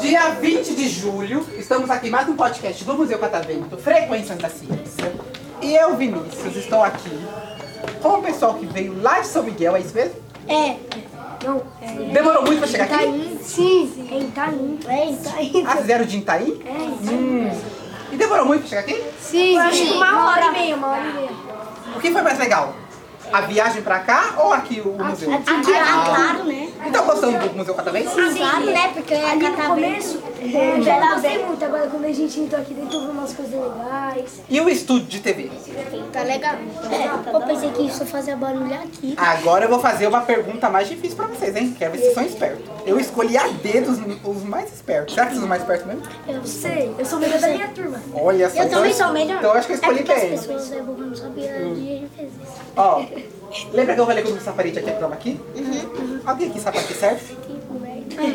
Dia 20 de julho, estamos aqui em mais um podcast do Museu Catavento, Frequências da Ciência. E eu, Vinícius, estou aqui com o pessoal que veio lá de São Miguel, é isso mesmo? É. Não. É. Demorou muito pra chegar aqui? Sim. É Itaim. É Itaim. Ah, fizeram de Itaí? É Hum. E demorou muito pra chegar aqui? Sim. Eu acho que uma hora e meia, uma hora e meia. O que foi mais legal? A viagem pra cá ou aqui o museu? Ah, claro, né? Então gostando do Museu Catavento? Claro, né? Porque ali no começo, é, já não gostei muito. Agora, quando a gente entrou aqui dentro, houve umas coisas legais. E o estúdio de TV? Tá legal. eu pensei que isso fazia barulho aqui. Agora eu vou fazer uma pergunta mais difícil pra vocês, hein? Quero ver se vocês são espertos. Eu escolhi a dedo os- os mais espertos. Será que vocês são mais espertos mesmo? Eu sei. Eu sou melhor da minha turma. Olha só. Eu então também sou melhor. Então eu acho que eu é escolhi porque bem. Hum. as pessoas é boba, não sabia onde ele fez isso. Ó, lembra que eu falei com o safarite aqui, a prova aqui? Uhum. Alguém aqui sabe pra que serve?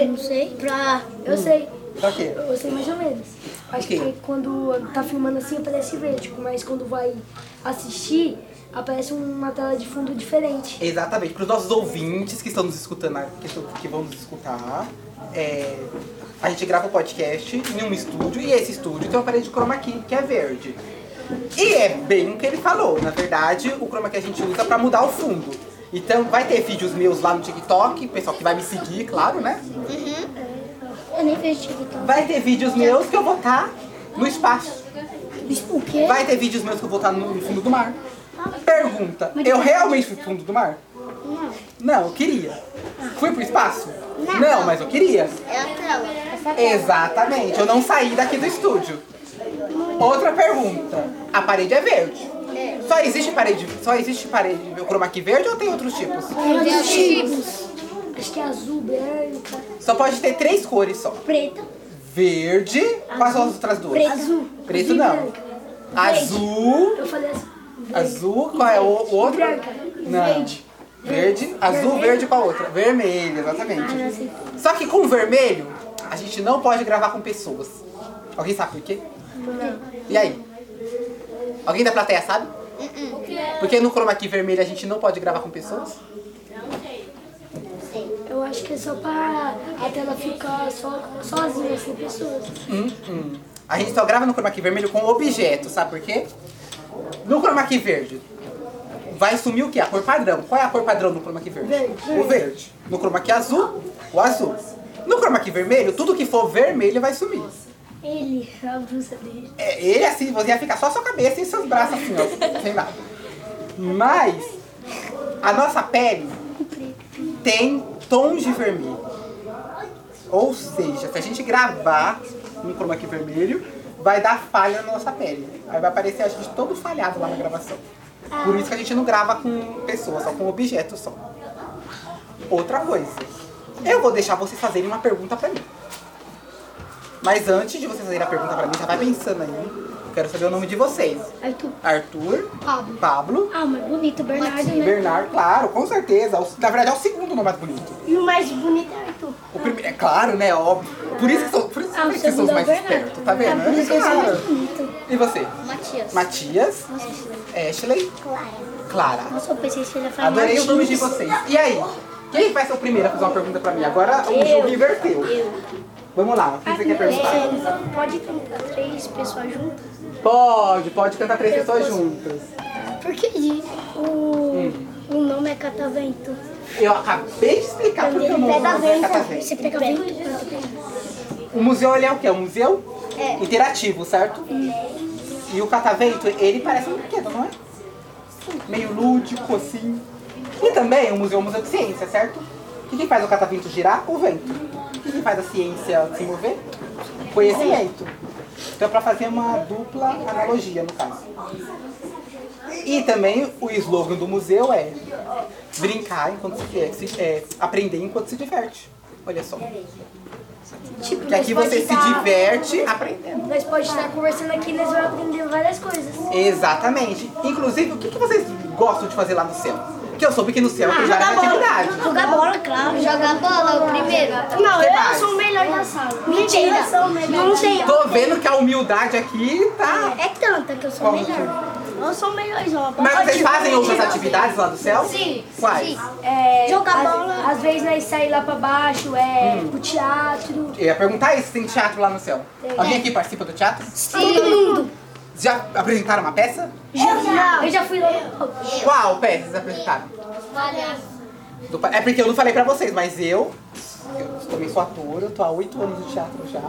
Eu não sei. Pra... Eu sei. Pra quê? Eu sei mais ou menos. Acho Ok. que quando tá filmando assim aparece verde, mas quando vai assistir, aparece uma tela de fundo diferente. Exatamente. Para os nossos ouvintes que estão nos escutando, que, estão- que vão nos escutar, é, a gente grava o podcast em um estúdio e esse estúdio tem uma parede de chroma key que é verde. E é bem o que ele falou. Na verdade, o chroma key a gente usa para mudar o fundo. Então vai ter vídeos meus lá no TikTok, pessoal que vai me seguir, claro, né? Eu nem vejo TikTok. Vai ter vídeos meus que eu vou estar no espaço. O quê? Vai ter vídeos meus que eu vou estar no fundo do mar. Pergunta, eu realmente fui pro fundo do mar? Não. Não, eu queria. Fui pro espaço? Não. mas eu queria. É a tela. Exatamente, eu não saí daqui do estúdio. Outra pergunta, a parede é verde. Só existe parede, só existe parede chroma key verde ou tem outros tipos? Acho que é azul, branca. Só pode ter três cores só. Preta. Verde, quais são as outras duas? Preto. Azul. Preto E não. branca. Azul, Eu falei assim. Azul, qual é o, o outro? Branca. Não. Verde. Azul, verde, Ah, qual a outra? Vermelho, exatamente. Só que com vermelho, a gente não pode gravar com pessoas. Alguém sabe por quê? E aí? Alguém da plateia sabe? Porque no chroma key vermelho a gente não pode gravar com pessoas? Eu acho que é só pra a tela ficar só, sozinha, sem pessoas. Hum. A gente só grava no chroma key vermelho com objeto, sabe por quê? No chroma key verde, vai sumir o quê? A cor padrão. Qual é a cor padrão no chroma key verde? Verde. O verde. No chroma key azul, o azul. No chroma key vermelho, tudo que for vermelho vai sumir. Ele, a blusa dele. É, ele assim, você ia ficar só sua cabeça e seus braços assim, ó, sem nada. Mas a nossa pele tem tons de vermelho. Ou seja, se a gente gravar um chroma key vermelho, vai dar falha na nossa pele. Aí vai aparecer a gente todo falhado lá na gravação. Por isso que a gente não grava com pessoas, só com objetos só. Outra coisa. Eu vou deixar vocês fazerem uma pergunta pra mim. Mas antes de vocês fazerem a pergunta pra mim, já vai pensando aí. Quero saber o nome de vocês. Arthur. Arthur, Pablo. Pablo, Ah, mas bonito, Bernardo, né? Bernardo, claro, com certeza. O- Na verdade é o segundo nome mais bonito. E o mais bonito é Arthur. O primeiro, é claro, né? Óbvio. Por isso que são, por isso Ah, o que são os segundo é o mais Bernardo. espertos, tá vendo? Ah, por isso que eu sou mais bonito. E você? Matias. Matias, Ashley, Clara. Clara. Nossa, eu pensei que ele ia falar um Adorei o nome de Martins. vocês. E aí? Quem vai ser o primeiro a fazer uma pergunta pra mim? Agora o jogo inverteu. Vamos lá, o que você quer perguntar? É, pode cantar três pessoas juntas? Pode, pode cantar três pessoas juntas. Porque Hum. o, o nome é Catavento. Eu acabei de explicar porque é eu não vou fazer catavento. Você pega vento. Catavento. O museu ele é o quê? Um museu interativo, certo? E o catavento, ele parece um brinquedo, não é? Meio lúdico, assim. E também o museu é um museu de ciência, certo? O que, que faz o catavento girar? O vento. O que, que faz a ciência se mover? O conhecimento. Então é pra fazer uma dupla analogia, no caso. E também o slogan do museu é brincar enquanto se, é, se- é, aprender enquanto se diverte. Olha só. Tipo, Que aqui nós você pode se tá- diverte aprendendo. Nós pode estar conversando aqui e nós vamos aprender várias coisas. Exatamente. Inclusive, o que, que vocês gostam de fazer lá no céu? Porque eu soube que no céu que já era Ah, jogar bola. atividade. Jogar bola, claro. Jogar bola o primeiro. Não, Você eu vai. sou o melhor da sala. Mentira. Eu sou o melhor Não da tem. Tô vendo que a humilde aqui Ah, tá. É tanta que eu sou Como melhor. Eu sou melhor jovem. Mas vocês fazem outras atividades lá do céu? Sim. Quais? É, Jogar às- bola. Às vezes nós saímos lá pra baixo, é Hum. pro teatro. Eu ia perguntar isso, tem teatro lá no céu. Alguém aqui participa do teatro? Todo mundo. Já apresentaram uma peça? Eu já fui lá no Qual peça vocês apresentaram? Do pa- É porque eu não falei pra vocês, mas eu, eu também sou ator, eu tô há oito anos de teatro já.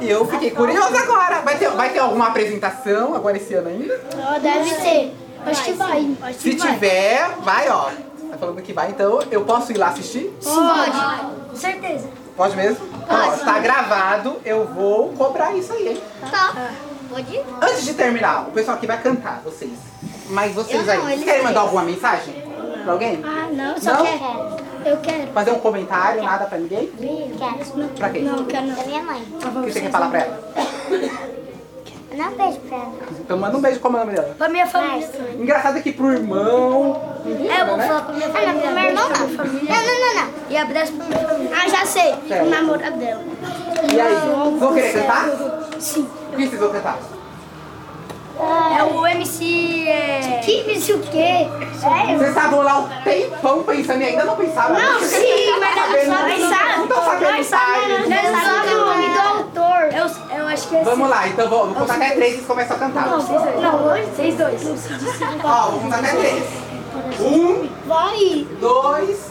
Eu fiquei curiosa agora. Vai ter, vai ter alguma apresentação agora esse ano ainda? Deve ser. Acho que vai. Acho Se que vai. tiver, vai, ó. Tá falando que vai, então eu posso ir lá assistir? Com certeza. Pode mesmo? Ó, tá gravado, eu vou cobrar isso aí, hein? Tá. Pode ir? Antes de terminar, o pessoal aqui vai cantar, vocês. Mas vocês Eu não, aí, vocês eles querem mandar três. alguma mensagem? Pra alguém? Ah, não, só Não? quero. Eu quero. Fazer um comentário, nada pra ninguém? Quero. Pra quem? Não, quero Da não. minha mãe. O que você quer falar pra ela? Dá um beijo pra ela. Então manda um beijo com o nome dela. Pra minha família. Engraçado é que pro irmão. Ninguém É, eu manda, vou né? falar pra minha Ah, não, família. pro meu irmão não. Minha Não, família. não, não, não. E abraço pra minha família. Ah, já sei. Certo. O namorado dela. E aí? Vão querer cantar? Sim. O que vocês vão cantar? É o MC. É... Que isso o quê? Sério? Vocês estavam lá um tempão pensando e ainda não pensaram. né? Não, Vocês sim, não mas tão nós sabendo. sabemos. Não tá estão sabendo Nós detalhes. né? Não tá sabe o nome do autor. Eu, eu acho que é Vamos lá, então vou, vou contar até três e vocês começam a cantar. Não, vocês dois. Não, vocês dois. Ó, vou contar até três. Um, Vai. dois,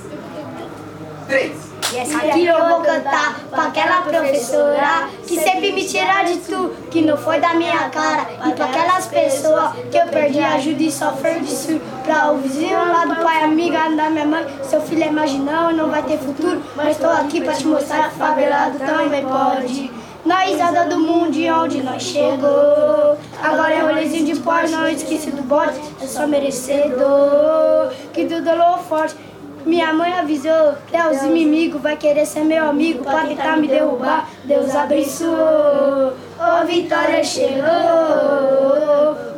três. E essa Aqui eu vou cantar pra aquela professora que sempre me tira de tu, que não foi da minha cara. E pra aquelas pessoas que eu perdi ajuda e sofrer disso. Pra o vizinho lá do pai, amiga da minha mãe, seu filho é marginal, não vai ter futuro. Mas tô aqui pra te mostrar que favelado também pode. Na risada do mundo de onde nós chegou. Agora é rolezinho de pós, não esqueci do bode, é só merecedor. Que do dolor forte. Minha mãe avisou, Deus inimigo vai querer ser meu amigo pra tentar me derrubar. Deus abençoou, oh vitória chegou.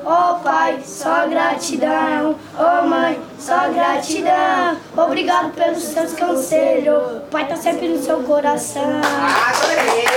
Oh pai, só gratidão, oh mãe, só gratidão. Obrigado pelos seus conselhos, pai tá sempre no seu coração. Ah, Adorei!